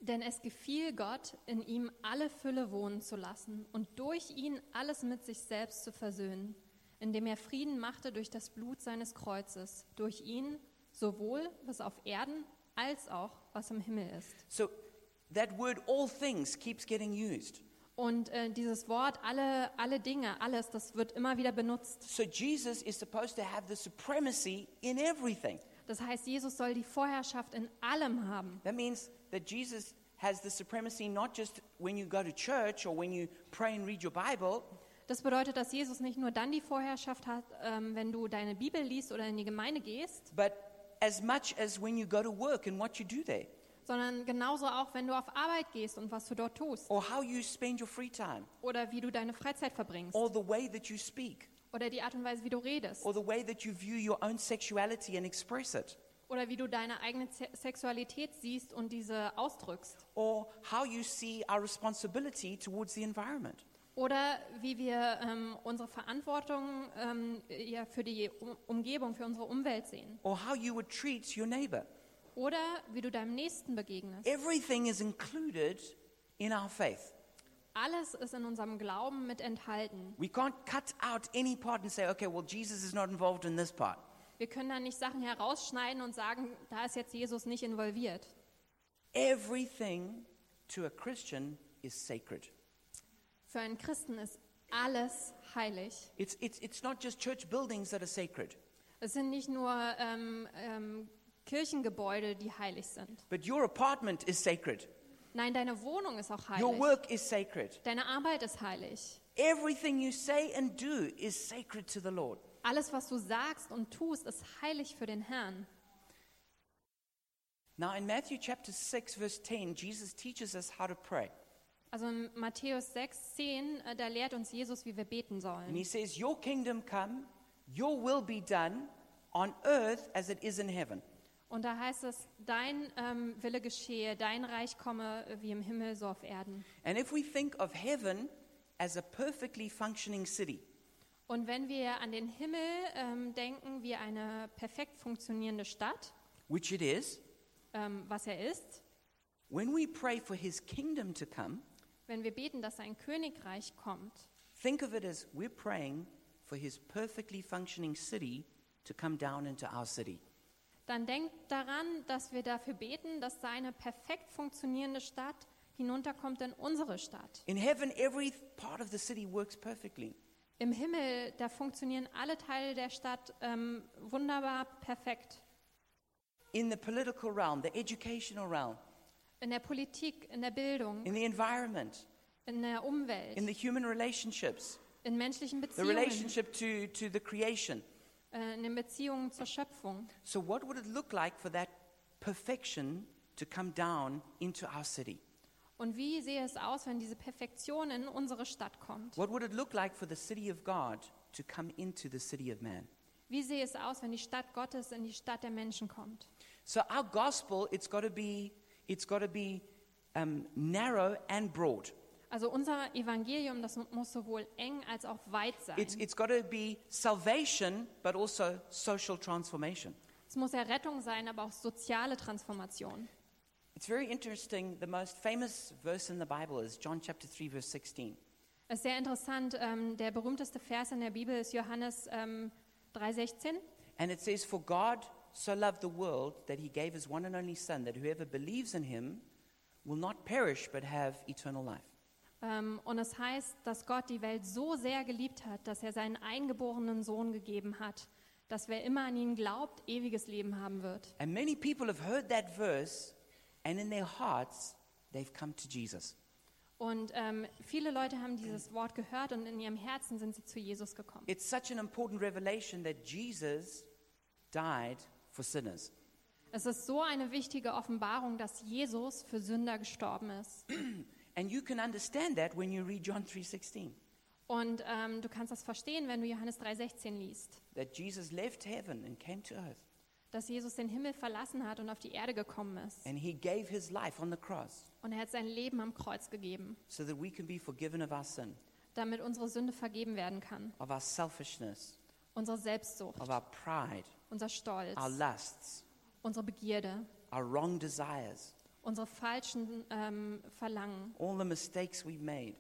Denn es gefiel Gott, in ihm alle Fülle wohnen zu lassen und durch ihn alles mit sich selbst zu versöhnen, indem er Frieden machte durch das Blut seines Kreuzes, durch ihn sowohl was auf Erden als auch was im Himmel ist.
So that word all things keeps getting used.
Und äh, dieses Wort, alle, alle Dinge, alles, das wird immer wieder benutzt.
So Jesus is supposed to have the supremacy in everything.
Das heißt, Jesus soll die Vorherrschaft in allem haben.
That means that Jesus has the supremacy not just when you go to church or when you pray and read your Bible,
Das bedeutet, dass Jesus nicht nur dann die Vorherrschaft hat, ähm, wenn du deine Bibel liest oder in die Gemeinde gehst,
but as much as when you go to work and what you do there,
sondern genauso auch, wenn du auf Arbeit gehst und was du dort tust
or how you spend your free time,
oder wie du deine Freizeit verbringst
or the way that you speak,
oder die Art und Weise, wie du redest
or the way that you view your own sexuality and express it,
oder wie du deine eigene Se Sexualität siehst und diese ausdrückst
or how you see our responsibility towards the environment.
oder wie wir ähm, unsere Verantwortung ähm, ja, für die um Umgebung, für unsere Umwelt sehen
or how you would treat your neighbor.
oder wie du deinem Nächsten begegnest.
Everything is included in our faith.
Alles ist in unserem Glauben mit enthalten.
We can't cut out any part and say, okay, well, Jesus is not involved in this part.
Wir können da nicht Sachen herausschneiden und sagen, da ist jetzt Jesus nicht involviert.
Everything to a Christian is sacred.
Für einen Christen ist alles heilig.
It's, it's, it's not just church buildings that are sacred,
Es sind nicht nur ähm, ähm, Kirchengebäude, die heilig sind.
but your apartment is sacred,
Nein, deine Wohnung ist auch
your
heilig.
work is sacred.
Deine Arbeit ist heilig.
Everything you say and do is sacred to the Lord.
Alles, was du sagst und tust, ist heilig für den Herrn.
Now, in Matthew chapter 6, verse 10, Jesus teaches us how to pray.
Also in Matthäus 6, 10, äh, da lehrt uns Jesus, wie wir beten
And
sollen.
he says, Your kingdom come, your will be done on earth as it is in heaven.
Und da heißt es, dein ähm, Wille geschehe, dein Reich komme äh, wie im Himmel, so auf Erden.
And if we think of heaven as a perfectly functioning city,
Und wenn wir an den Himmel ähm, denken wie eine perfekt funktionierende Stadt,
which it is,
ähm, was er ist,
when we pray for his kingdom to come,
wenn wir beten, dass sein Königreich kommt,
think of it as we're praying for his perfectly functioning city to come down into our city.
dann denkt daran, dass wir dafür beten, dass seine perfekt funktionierende Stadt hinunterkommt in unsere Stadt.
In heaven, every part of the city works perfectly.
Im Himmel, da funktionieren alle Teile der Stadt ähm, wunderbar perfekt.
In the political realm, the educational realm,
In der Politik, in der Bildung,
in the environment,
in
in
der Umwelt,
the human relationships,
in menschlichen
the
Beziehungen,
relationship to, to the creation.
äh, in den Beziehungen zur Schöpfung.
So, what would it look like for that perfection to come down into our city?
Und wie sehe es aus, wenn diese Perfektion in unsere Stadt kommt?
What would it look like for the city of God to come into the city of man?
Wie sehe es aus, wenn die Stadt Gottes in die Stadt der Menschen kommt?
So, our gospel, it's got to be, it's got to be um, narrow and broad.
Also unser Evangelium, das muss sowohl eng als auch weit sein.
It's, it's got to be salvation, but also social transformation.
Es muss Errettung sein, aber auch soziale Transformation.
It's very interesting. The most famous verse in the Bible is John chapter 3, verse 16.
Es ist sehr interessant, ähm, der berühmteste Vers in der Bibel ist Johannes ähm, 3,16.
And it says, For God so loved the world that he gave his one and only Son, that whoever believes in him will not perish but have eternal life.
Ähm, und es heißt, dass Gott die Welt so sehr geliebt hat, dass er seinen eingeborenen Sohn gegeben hat, dass wer immer an ihn glaubt, ewiges Leben haben wird.
And many people have heard that verse, and in their hearts, they've come to Jesus.
Und ähm, viele Leute haben dieses Wort gehört und in ihrem Herzen sind sie zu Jesus gekommen.
It's such an important revelation that Jesus died for sinners.
Es ist so eine wichtige Offenbarung, dass Jesus für Sünder gestorben ist.
And you can understand that when you read John 3:16,
Und ähm, du kannst das verstehen, wenn du Johannes 3,16 liest,
that Jesus left heaven and came to earth,
dass Jesus den Himmel verlassen hat und auf die Erde gekommen ist.
and he gave his life on the cross
Und er hat sein Leben am Kreuz gegeben,
so that we can be forgiven of our sin,
damit unsere Sünde vergeben werden kann.
of our selfishness,
Unsere Selbstsucht,
of our pride,
unser Stolz,
our lusts,
unsere Begierde,
our wrong desires,
unsere falschen ähm, Verlangen,
all the mistakes we've made,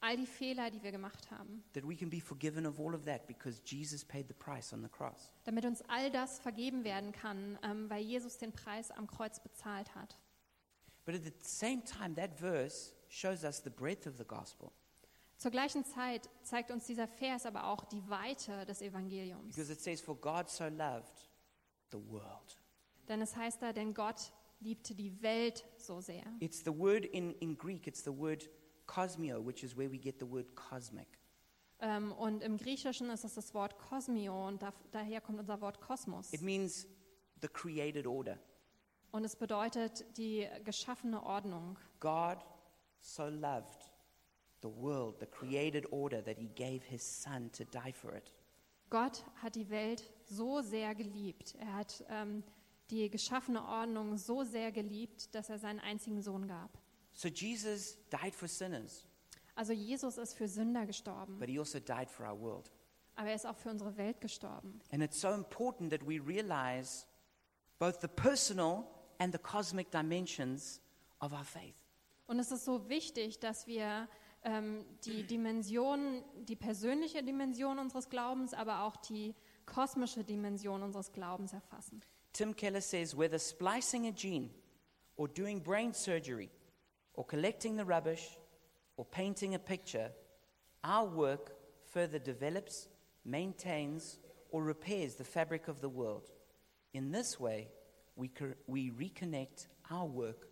all die Fehler, die wir gemacht haben,
that we can be forgiven of all of that because Jesus paid the price on the cross.
damit uns all das vergeben werden kann, ähm, weil Jesus den Preis am Kreuz bezahlt hat.
But at the same time, that verse shows us the breadth of the gospel
Zur gleichen Zeit zeigt uns dieser Vers aber auch die Weite des Evangeliums.
because it says, For God so loved the world.
Denn es heißt da, denn Gott liebte die Welt so sehr.
It's the word in, in Greek, it's the word cosmio, which is where we get the word cosmic.
Ähm, und im Griechischen ist es das Wort Kosmio und da, daher kommt unser Wort Kosmos.
It means the created order.
Und es bedeutet die geschaffene Ordnung.
God so loved the world, the created order, that he gave his son to die for it.
Gott hat die Welt so sehr geliebt. Er hat ähm, die geschaffene Ordnung so sehr geliebt, dass er seinen einzigen Sohn gab.
So Jesus died for sinners,
Also Jesus ist für Sünder gestorben,
but he also died for our world.
aber er ist auch für unsere Welt gestorben.
And it's so important that we realize both the personal and the cosmic dimensions of our faith.
Und es ist so wichtig, dass wir ähm, die Dimension, die persönliche Dimension unseres Glaubens, aber auch die kosmische Dimension unseres Glaubens erfassen.
Tim Keller says whether splicing a gene, or doing brain surgery, or collecting the rubbish, or painting a picture, our work further develops, maintains, or repairs the fabric of the world. In this way, we, cor- we reconnect our work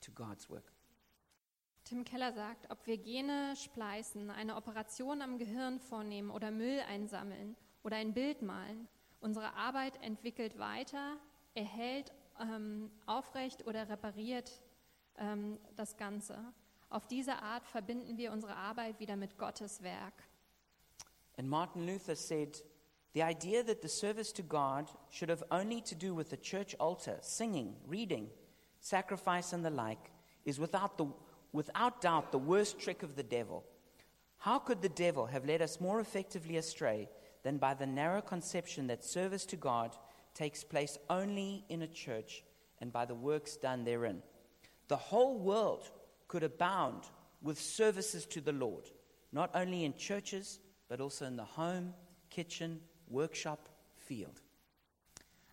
to God's work.
Tim Keller sagt, ob wir Gene spleißen, eine Operation am Gehirn vornehmen oder Müll einsammeln oder ein Bild malen, unsere Arbeit entwickelt weiter, erhält, ähm, aufrecht oder repariert ähm, das Ganze. Auf diese Art verbinden wir unsere Arbeit wieder mit Gottes Werk.
And Martin Luther said, the idea that the service to God should have only to do with the church altar, singing, reading, sacrifice, and the like, is without, the, without doubt the worst trick of the devil. How could the devil have led us more effectively astray than by the narrow conception that service to God takes place only in a church and by the works done therein? The whole world could abound with services to the Lord, not only in churches, but also in the home, kitchen, workshop, field.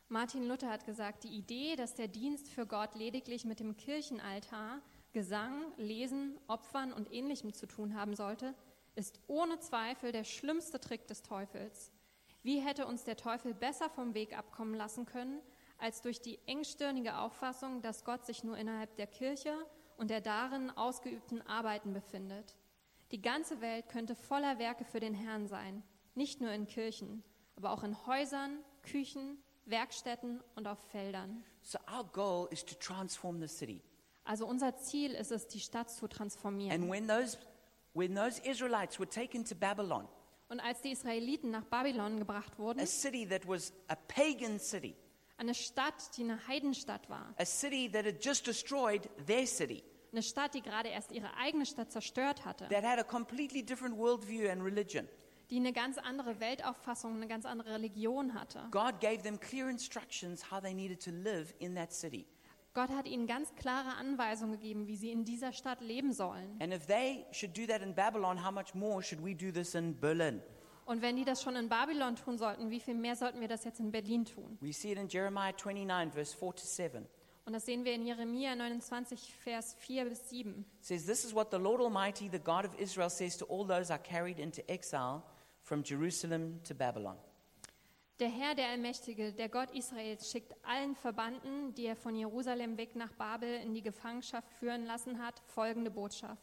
Martin Luther hat gesagt, die Idee, dass der Dienst für Gott lediglich mit dem Kirchenaltar, Gesang, Lesen, Opfern und ähnlichem zu tun haben sollte, ist ohne Zweifel der schlimmste Trick des Teufels. Wie hätte uns der Teufel besser vom Weg abkommen lassen können, als durch die engstirnige Auffassung, dass Gott sich nur innerhalb der Kirche und der darin ausgeübten Arbeiten befindet? Die ganze Welt könnte voller Werke für den Herrn sein, nicht nur in Kirchen, aber auch in Häusern, Küchen, Werkstätten und auf Feldern.
So, our goal is to transform the city.
Also unser Ziel ist es, die Stadt zu
And
transformieren.
when those, when those Israelites were taken to Babylon,
Und als die Israeliten nach Babylon gebracht wurden,
a city that was a pagan city,
eine Stadt, die eine Heidenstadt war,
a city that had just destroyed their city,
eine Stadt, die gerade erst ihre eigene Stadt zerstört hatte,
that had a completely different worldview and religion,
die eine ganz andere Weltauffassung, eine ganz andere Religion hatte.
God gave them clear instructions how they needed to live in that city.
Gott hat ihnen ganz klare Anweisungen gegeben, wie sie in dieser Stadt leben sollen.
And if they should do that in Babylon, how much more should we do this in Berlin
Und wenn die das schon in Babylon tun sollten, wie viel mehr sollten wir das jetzt in Berlin tun?
We see it in Jeremiah 29, verse 4 to 7. It
Und das sehen wir in Jeremia 29, Vers 4 bis 7.
says, This is what the Lord Almighty, the God of Israel, says to all those I carried into exile from Jerusalem to Babylon.
Der Herr, der Allmächtige, der Gott Israels, schickt allen Verbannten, die er von Jerusalem weg nach Babel in die Gefangenschaft führen lassen hat, folgende Botschaft.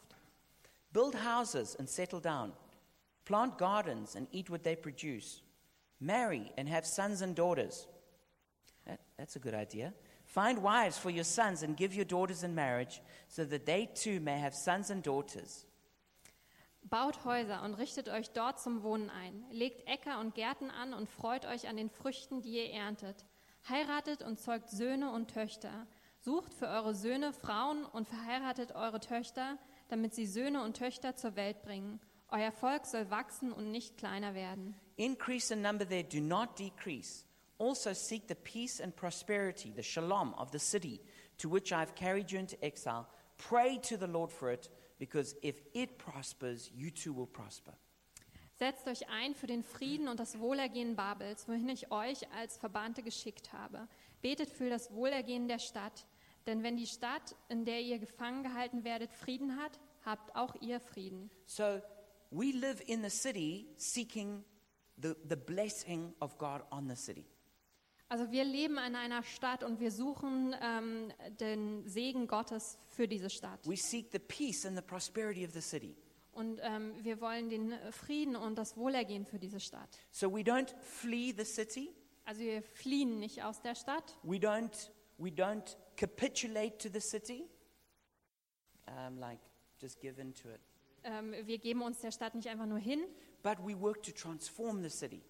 Build houses and settle down. Plant gardens and eat what they produce. Marry and have sons and daughters. That- that's a good idea. Find wives for your sons and give your daughters in marriage so that they too may have sons and daughters.
Baut Häuser und richtet euch dort zum Wohnen ein. Legt Äcker und Gärten an und freut euch an den Früchten, die ihr erntet. Heiratet und zeugt Söhne und Töchter. Sucht für eure Söhne Frauen und verheiratet eure Töchter, damit sie Söhne und Töchter zur Welt bringen. Euer Volk soll wachsen und nicht kleiner werden.
Increase in number there, do not decrease. Also seek the peace and prosperity, the shalom of the city to which I have carried you into exile. Pray to the Lord for it, because if it prospers, you too will prosper.
Setzt euch ein für den Frieden und das Wohlergehen Babels, wohin ich euch als Verbannte geschickt habe. Betet für das Wohlergehen der Stadt, denn wenn die Stadt, in der ihr gefangen gehalten werdet, Frieden hat, habt auch ihr Frieden.
So we live in the city seeking the, the blessing of God on the city.
Also wir leben in einer Stadt und wir suchen ähm, den Segen Gottes für diese Stadt.
We seek the peace and the prosperity of the city.
Und ähm, wir wollen den Frieden und das Wohlergehen für diese Stadt.
So we don't flee the city.
Also wir fliehen nicht aus der Stadt.
We don't, we don't capitulate to the city. Um, like, just give in to it.
Ähm, wir geben uns der Stadt nicht einfach nur hin.
But we work to transform the city.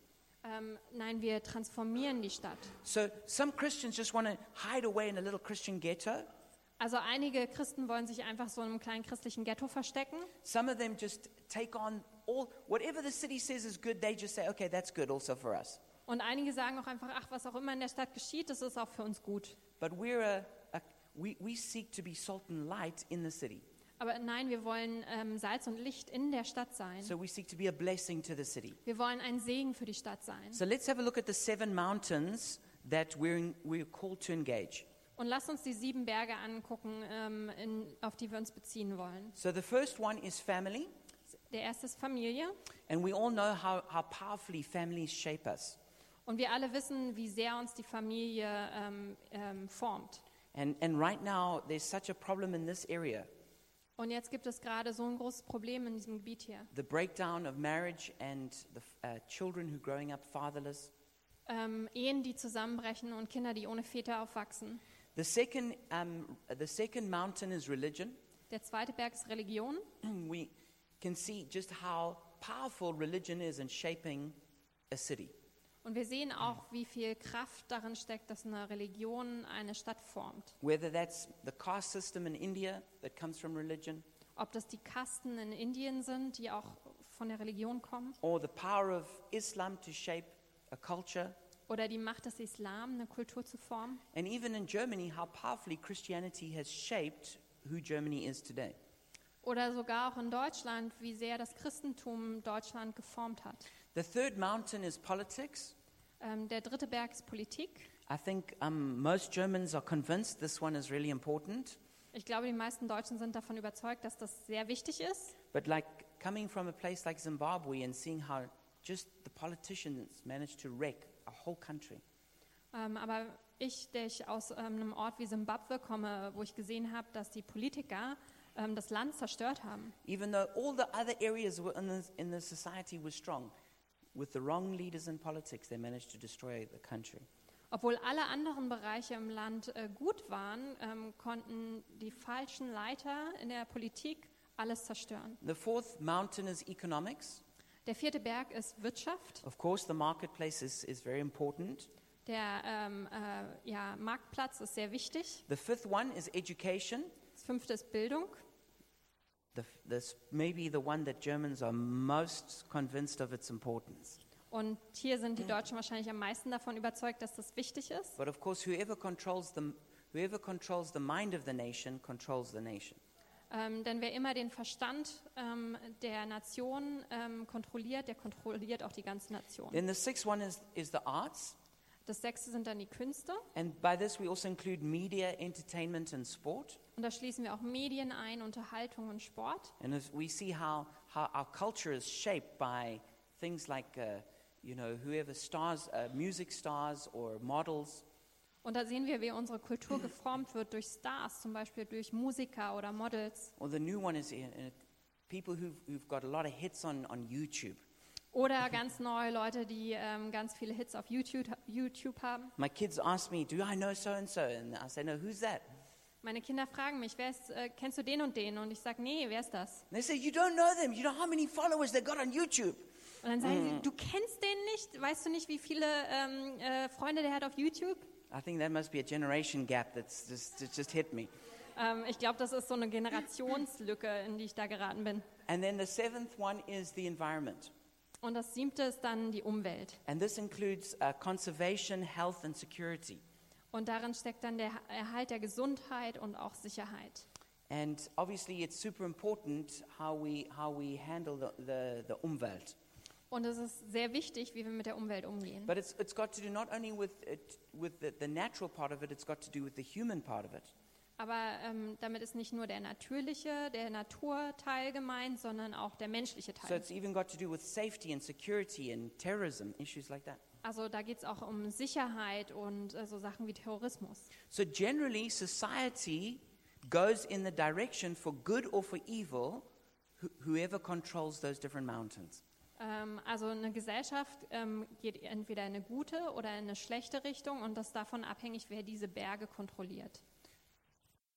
Ähm, nein, wir transformieren die Stadt.
So some Christians just want to hide away in a little Christian ghetto.
Also einige Christen wollen sich einfach so in einem kleinen christlichen Ghetto verstecken.
Some of them just take on all, whatever the city says is good, they just say, okay, that's good also for us.
Und einige sagen auch einfach, ach, was auch immer in der Stadt geschieht, das ist auch für uns gut.
But we're a, a we, we seek to be salt and light in the city.
Aber nein, wir wollen ähm, Salz und Licht in der Stadt sein.
So we seek to be a blessing to the city.
Wir wollen ein Segen für die Stadt sein.
So let's have a look at the seven mountains that we're, in, we're called to engage.
Und lasst uns die sieben Berge angucken, ähm, in, auf die wir uns beziehen wollen.
So the first one is family,
Der erste ist Familie.
and we all know how, how powerfully families shape us.
Und wir alle wissen, wie sehr uns die Familie ähm, ähm, formt.
And, and right now, there's such a problem in this area
Und jetzt gibt es gerade so ein großes Problem in diesem Gebiet hier.
the breakdown of marriage and the f- uh, children who are growing up fatherless.
Ähm, Ehen, die zusammenbrechen und Kinder, die ohne Väter aufwachsen.
The second, um, the second mountain is religion. *clears throat*
Der zweite Berg ist Religion.
we can see just how powerful religion is in shaping a city.
Und wir sehen auch, wie viel Kraft darin steckt, dass eine Religion eine Stadt formt.
Whether that's the caste system in India that comes from religion,
Ob das die Kasten in Indien sind, die auch von der Religion kommen,
or the power of Islam to shape a culture,
oder die Macht des Islam, eine Kultur zu formen.
and even in Germany, how powerfully Christianity has shaped who Germany is today.
Oder sogar auch in Deutschland, wie sehr das Christentum Deutschland geformt hat.
The third mountain is politics.
Ähm, der dritte Berg ist Politik.
I think um, most Germans are convinced this one is really important.
Ich glaube, die meisten Deutschen sind davon überzeugt, dass das sehr wichtig ist.
But like coming from a place like Zimbabwe and seeing how just the politicians managed to wreck a whole country.
Ähm, aber ich, der ich aus ähm, einem Ort wie Simbabwe komme, wo ich gesehen habe, dass die Politiker ähm, das Land zerstört haben.
Even though all the other areas were in, the, in the society were strong, with the wrong leaders in politics, they managed to destroy the country.
Obwohl alle anderen Bereiche im Land äh, gut waren, ähm, konnten die falschen Leiter in der Politik alles zerstören.
The fourth mountain is economics.
Der vierte Berg ist Wirtschaft.
Of course, the marketplace is, is very important.
Der ähm, äh, ja, Marktplatz ist sehr wichtig.
The fifth one is education.
Das fünfte ist Bildung.
The, f- this may be the one that Germans are most convinced of its importance.
Und hier sind die Deutschen wahrscheinlich am meisten davon überzeugt, dass das wichtig ist.
But of course, whoever controls the, whoever controls the mind of the nation controls the nation.
Ähm, denn wer immer den Verstand ähm, der Nation ähm, kontrolliert, der kontrolliert auch die ganze Nation.
Then the sixth one is, is the arts.
Das sechste sind dann die Künste.
And by this, we also include media, entertainment, and sport.
Und da schließen wir auch Medien ein, Unterhaltung und Sport.
And if we see how, how our culture is shaped by things like, uh, you know, whoever stars, uh, music stars or models.
Und da sehen wir, wie unsere Kultur geformt wird durch Stars, zum Beispiel durch Musiker oder Models.
Or the new one is in, in people who've, who've got a lot of hits on, on YouTube.
Oder ganz neu Leute, die ähm, ganz viele Hits auf YouTube, YouTube haben.
My kids ask me, Do I know so and so? And I say, No, who's that?
Meine Kinder fragen mich, wer ist, äh, kennst du den und den? Und ich sage, nee, wer ist das?
And they say, You don't know them. You know how many followers they got on YouTube.
Und dann sagen sie, du kennst den nicht? Weißt du nicht, wie viele ähm, äh, Freunde der hat auf YouTube?
I think that must be a generation gap that's just, that's just hit me.
Ähm, ich glaube, das ist so eine Generationslücke, in die ich da geraten bin.
And then the seventh one is the environment.
Und das siebte ist dann die Umwelt.
And this includes uh, conservation, health, and security.
Und darin steckt dann der Erhalt der Gesundheit und auch Sicherheit.
And obviously, it's super important how we, how we handle the, the, the Umwelt.
Und es ist sehr wichtig, wie wir mit der Umwelt umgehen.
But it's, it's got to do not only with, it, with the, the natural part of it, it's got to do with the human part of it.
Aber ähm, damit ist nicht nur der natürliche, der Naturteil gemeint, sondern auch der menschliche
So
Teil.
it's even got to do with safety and security and terrorism, issues like that.
Also da geht es auch um Sicherheit und äh, so Sachen wie Terrorismus.
So generally, society goes in the direction for good or for evil, wh- whoever controls those different mountains.
Ähm, also eine Gesellschaft ähm, geht entweder in eine gute oder in eine schlechte Richtung und das ist davon abhängig, wer diese Berge kontrolliert.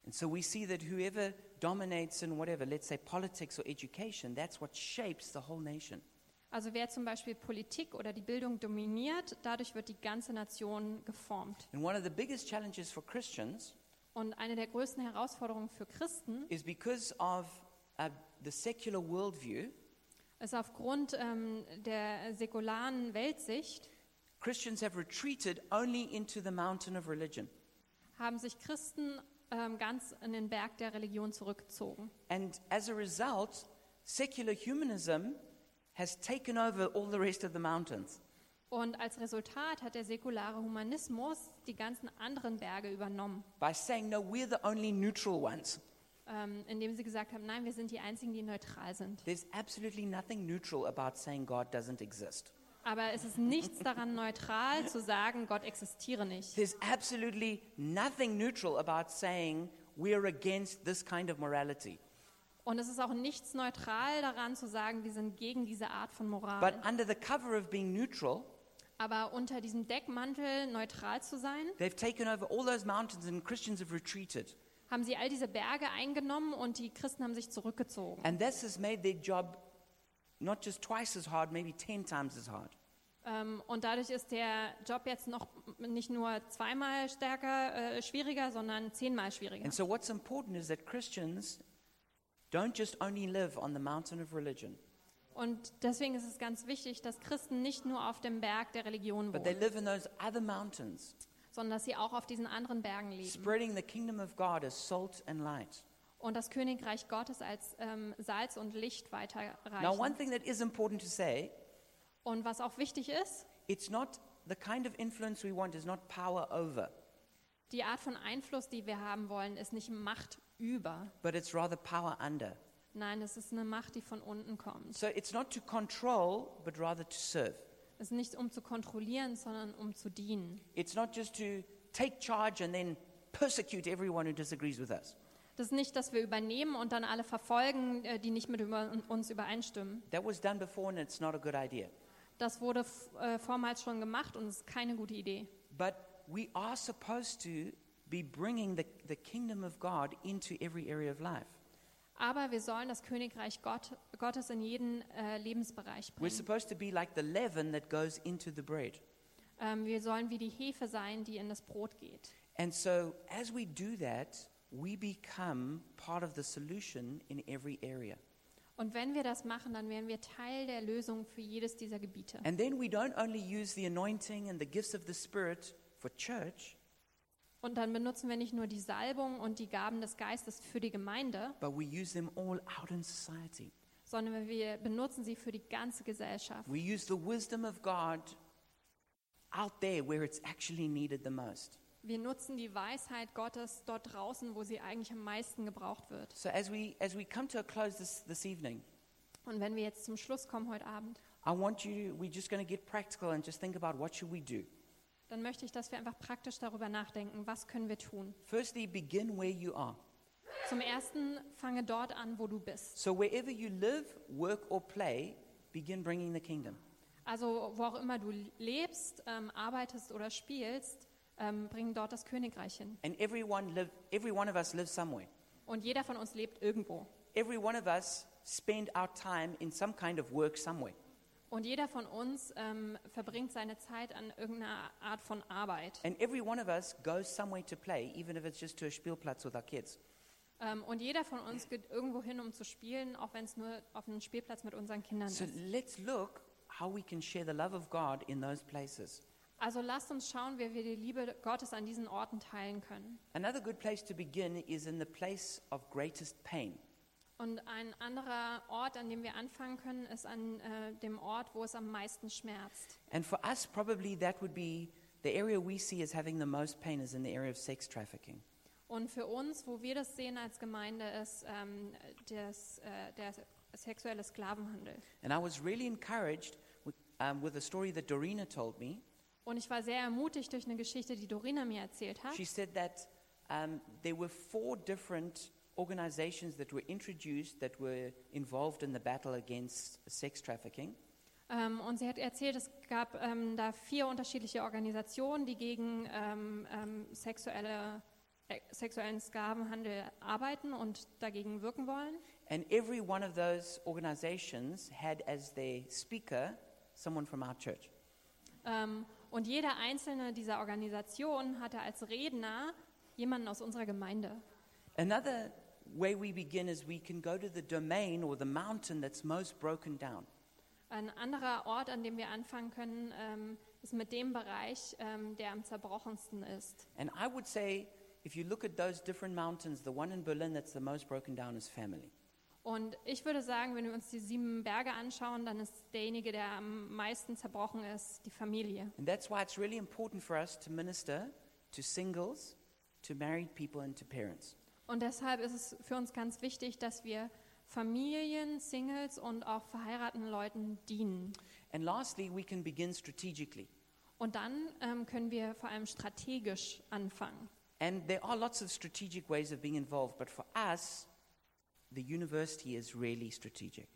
And so we see that whoever dominates in whatever, let's say politics or education, that's what shapes the whole nation.
Also wer zum Beispiel Politik oder die Bildung dominiert, dadurch wird die ganze Nation geformt.
And one of the biggest challenges for Christians
Und eine der größten Herausforderungen für Christen
is because of uh, the secular worldview,
ist aufgrund ähm, der säkularen Weltsicht
Christians have retreated only into the mountain of religion.
haben sich Christen ähm, ganz in den Berg der Religion zurückgezogen.
And as a result, secular humanism has taken over all the rest of the mountains.
Und als Resultat hat der säkulare Humanismus die ganzen anderen Berge übernommen,
by saying, no, we're the only neutral ones.
ähm, indem sie gesagt haben, nein, wir sind die Einzigen, die neutral sind.
There's absolutely nothing neutral about saying God doesn't exist.
Aber es ist nichts daran neutral zu sagen, Gott existiere nicht.
There's absolutely nothing neutral about saying we're against this kind of morality.
Und es ist auch nichts neutral daran zu sagen, wir sind gegen diese Art von
But
Moral.
under the cover of being neutral,
Aber unter diesem Deckmantel neutral zu sein,
they've taken over all those mountains and Christians have retreated.
haben sie all diese Berge eingenommen und die Christen haben sich zurückgezogen.
And this has made their job not just twice as hard, maybe 10 times as hard.
Ähm, und dadurch ist der Job jetzt noch nicht nur zweimal stärker, äh, schwieriger, sondern zehnmal schwieriger.
And so, what's important is that Christians don't just only live on the mountain of religion,
Und deswegen ist es ganz wichtig, dass Christen nicht nur auf dem Berg der Religion
but they
wohnen,
live in those other mountains.
sondern dass sie auch auf diesen anderen Bergen leben
spreading the kingdom of God as salt and light.
und das Königreich Gottes als ähm, Salz und Licht
Now, one
weiterreichen.
thing that is important to say
Und was auch wichtig ist,
it's not the kind of influence we want, is not power over,
Die Art von Einfluss, die wir haben wollen, ist nicht Macht über.
but it's rather power under.
Nein, es ist eine Macht, die von unten kommt.
So it's not to control, but rather to serve.
Es ist nicht um zu kontrollieren, sondern um zu dienen.
It's not just to take charge and then persecute everyone who disagrees with us.
Das ist nicht, dass wir übernehmen und dann alle verfolgen, äh, die nicht mit über, uns übereinstimmen.
That was done before and it's not a good idea.
Das wurde f- äh, vormals schon gemacht und es ist keine gute Idee.
But we are supposed to be bringing the, the kingdom of God into every area of life.
Aber wir sollen das Königreich Gott, Gottes in jeden äh, Lebensbereich
We're
bringen.
supposed to be like the leaven that goes into the bread.
Ähm, wir sollen wie die Hefe sein, die in das Brot geht.
And so, as we do that, we become part of the solution in every area.
Und wenn wir das machen, dann werden wir Teil der Lösung für jedes dieser Gebiete.
And then we don't only use the anointing and the gifts of the Spirit for church,
Und dann benutzen wir nicht nur die Salbung und die Gaben des Geistes für die Gemeinde,
but we use them all out in society.
sondern wir benutzen sie für die ganze Gesellschaft.
We use the wisdom of God out there where it's actually needed the most.
Wir nutzen die Weisheit Gottes dort draußen, wo sie eigentlich am meisten gebraucht wird.
So as we as we come to a close this, this evening,
Und wenn wir jetzt zum Schluss kommen heute Abend,
I want you we're just going to get practical and just think about what should we do.
dann möchte ich, dass wir einfach praktisch darüber nachdenken, was können wir tun.
Firstly, begin where you are.
Zum Ersten fange dort an, wo du bist.
So wherever you live, work or play, begin bringing the kingdom.
Also wo auch immer du lebst, ähm, arbeitest oder spielst, ähm, bring dort das Königreich hin.
And everyone live every one of us lives somewhere.
Und jeder von uns lebt irgendwo.
Every one of us spend our time in some kind of work somewhere.
Und jeder von uns ähm, verbringt seine Zeit an irgendeiner Art von Arbeit.
And every one of us goes somewhere to play, even if it's just to a Spielplatz with our kids.
Ähm, und jeder von uns geht irgendwo hin, um zu spielen, auch wenn es nur auf einem Spielplatz mit unseren Kindern
So
ist.
let's look how we can share the love of God in those places.
Also lasst uns schauen, wie wir die Liebe Gottes an diesen Orten teilen können.
Another good place to begin is in the place of greatest pain.
Und ein anderer Ort, an dem wir anfangen können, ist an äh, dem Ort, wo es am meisten schmerzt.
And for us, probably that would be the area we see as having the most pain is in the area of sex trafficking.
Und für uns, wo wir das sehen als Gemeinde, ist ähm, das, äh, der sexuelle Sklavenhandel.
And I was really encouraged with, um, with a story that Dorina told me.
Und ich war sehr ermutigt durch eine Geschichte, die Dorina mir erzählt hat.
She said that um, there were four different organizations that were introduced that were involved in the battle against sex trafficking.
Ähm, und sie hat erzählt, es gab ähm, da vier unterschiedliche Organisationen, die gegen ähm, ähm, sexuelle, äh, sexuellen Sklavenhandel arbeiten und dagegen wirken wollen.
And every one of those organizations had as their speaker someone from our church.
Ähm, und jeder einzelne dieser Organisationen hatte als Redner jemanden aus unserer Gemeinde.
Another way we begin is we can go to the domain or the mountain that's most broken down.
Ein anderer Ort, an dem wir anfangen können, ähm, ist mit dem Bereich, ähm, der am zerbrochensten ist.
And I would say, if you look at those different mountains, the one in Berlin that's the most broken down is family.
Und ich würde sagen, wenn wir uns die sieben Berge anschauen, dann ist derjenige, der am meisten zerbrochen ist, die Familie.
And that's why it's really important for us to minister to singles, to married people, and to parents.
Und deshalb ist es für uns ganz wichtig, dass wir Familien, Singles und auch verheirateten Leuten dienen.
And lastly, we can begin strategically.
Und dann ähm, können wir vor allem strategisch anfangen.
And there are lots of strategic ways of being involved, but for us, the university is really strategic.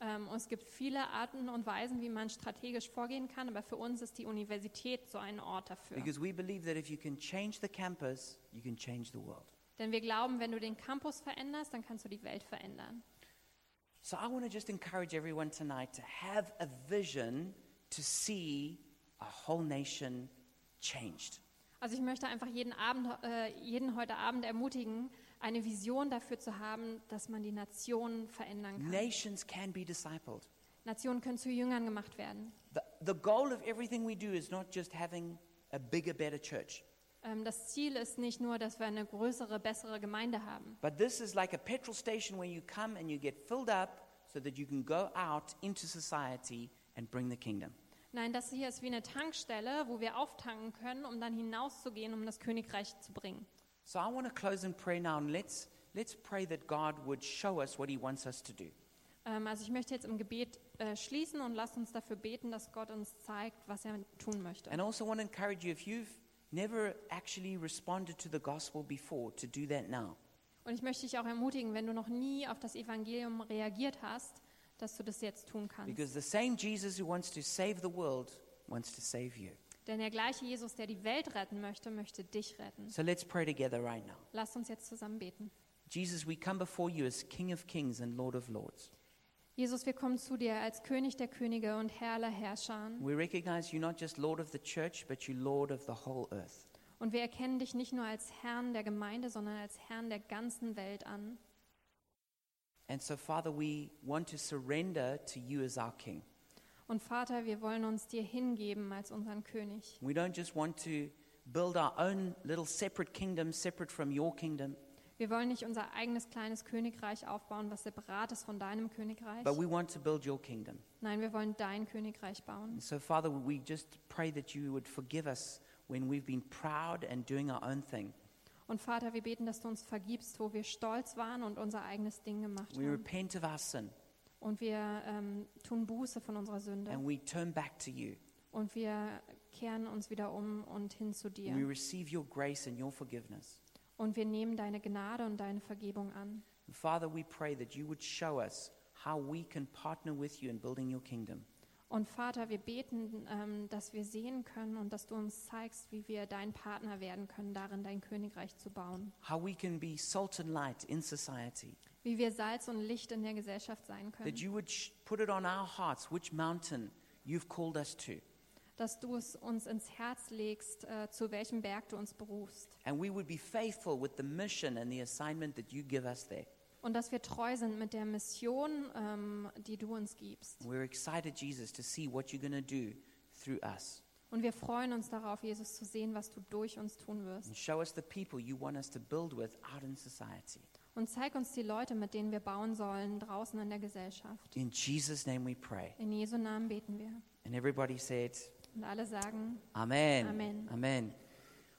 Ähm, und es gibt viele Arten und Weisen, wie man strategisch vorgehen kann, aber für uns ist die Universität so ein Ort dafür.
Because we believe that if you can change the campus, you can change the world.
Denn wir glauben, wenn du den Campus veränderst, dann kannst du die Welt verändern.
So I want to just encourage everyone tonight to have a vision to see a whole nation changed.
Also ich möchte einfach jeden, Abend, äh, jeden heute Abend ermutigen, eine Vision dafür zu haben, dass man die Nationen verändern kann.
Nations can be discipled.
Nationen können zu Jüngern gemacht werden.
The, the goal of everything we do is not just having a bigger, better church,
Ähm, das Ziel ist nicht nur, dass wir eine größere, bessere Gemeinde haben,
but this is like a petrol station where you come and you get filled up so that you can go out into society and bring the kingdom.
Nein, das hier ist wie eine Tankstelle, wo wir auftanken können, um dann hinauszugehen, um das Königreich zu bringen.
So I want to close in prayer now and let's, let's pray that God would show us what He wants us to do.
Ähm, also ich möchte jetzt im Gebet äh, schließen und lasst uns dafür beten, dass Gott uns zeigt, was er tun möchte.
And I also want to encourage you if you've never actually responded to the gospel before, to do that now.
Und ich möchte dich auch ermutigen, wenn du noch nie auf das Evangelium reagiert hast, dass du das jetzt tun kannst.
Because the same Jesus who wants to save the world wants to save you.
Denn der gleiche Jesus, der die Welt retten möchte, möchte dich retten.
So let's pray together right now.
Lasst uns jetzt zusammen beten.
Jesus, we come before you as King of Kings and Lord of Lords.
Jesus, wir kommen zu dir als König der Könige und Herr aller Herrscher.
We recognize you're not just Lord of the church, but you're Lord of the whole earth.
Und wir erkennen dich nicht nur als Herrn der Gemeinde, sondern als Herrn der ganzen Welt an.
And so, Father, we want to surrender to you as our King.
Und Vater, wir wollen uns dir hingeben als unseren König.
We don't just want to build our own little separate kingdom, separate from your kingdom,
Wir wollen nicht unser eigenes kleines Königreich aufbauen, was separat ist von deinem Königreich.
but we want to build your kingdom.
Nein, wir wollen dein Königreich bauen.
And so, Father, we just pray that you would forgive us when we've been proud and doing our own thing.
Und Vater, wir beten, dass du uns vergibst, wo wir stolz waren und unser eigenes Ding gemacht
We
haben.
repent of our sin
Und wir ähm, tun Buße von unserer Sünde.
and we turn back to you.
Und wir kehren uns wieder um und hin zu
We
dir.
receive your grace and your forgiveness.
Und wir nehmen deine Gnade und deine Vergebung an.
And Father, we pray that you would show us how we can partner with you in building your kingdom.
Und Vater, wir beten, ähm, dass wir sehen können und dass du uns zeigst, wie wir dein Partner werden können, darin dein Königreich zu bauen.
how we can be salt and light in society.
Wie wir Salz und Licht in der Gesellschaft sein können.
That you would sh- put it on our hearts which mountain you've called us to.
Dass du es uns ins Herz legst, äh, zu welchem Berg du uns berufst.
And we would be faithful with the mission and the assignment that you give us there.
Und dass wir treu sind mit der Mission, ähm, die du uns gibst.
We're excited, Jesus, to see what you're going to do through us.
Und wir freuen uns darauf, Jesus, zu sehen, was du durch uns tun wirst.
And show us the people you want us to build with out in society.
Und zeig uns die Leute, mit denen wir bauen sollen, draußen in der Gesellschaft.
In Jesus' name we pray.
In Jesu Namen beten wir.
And everybody said,
Und alle sagen,
Amen.
Amen.
Amen.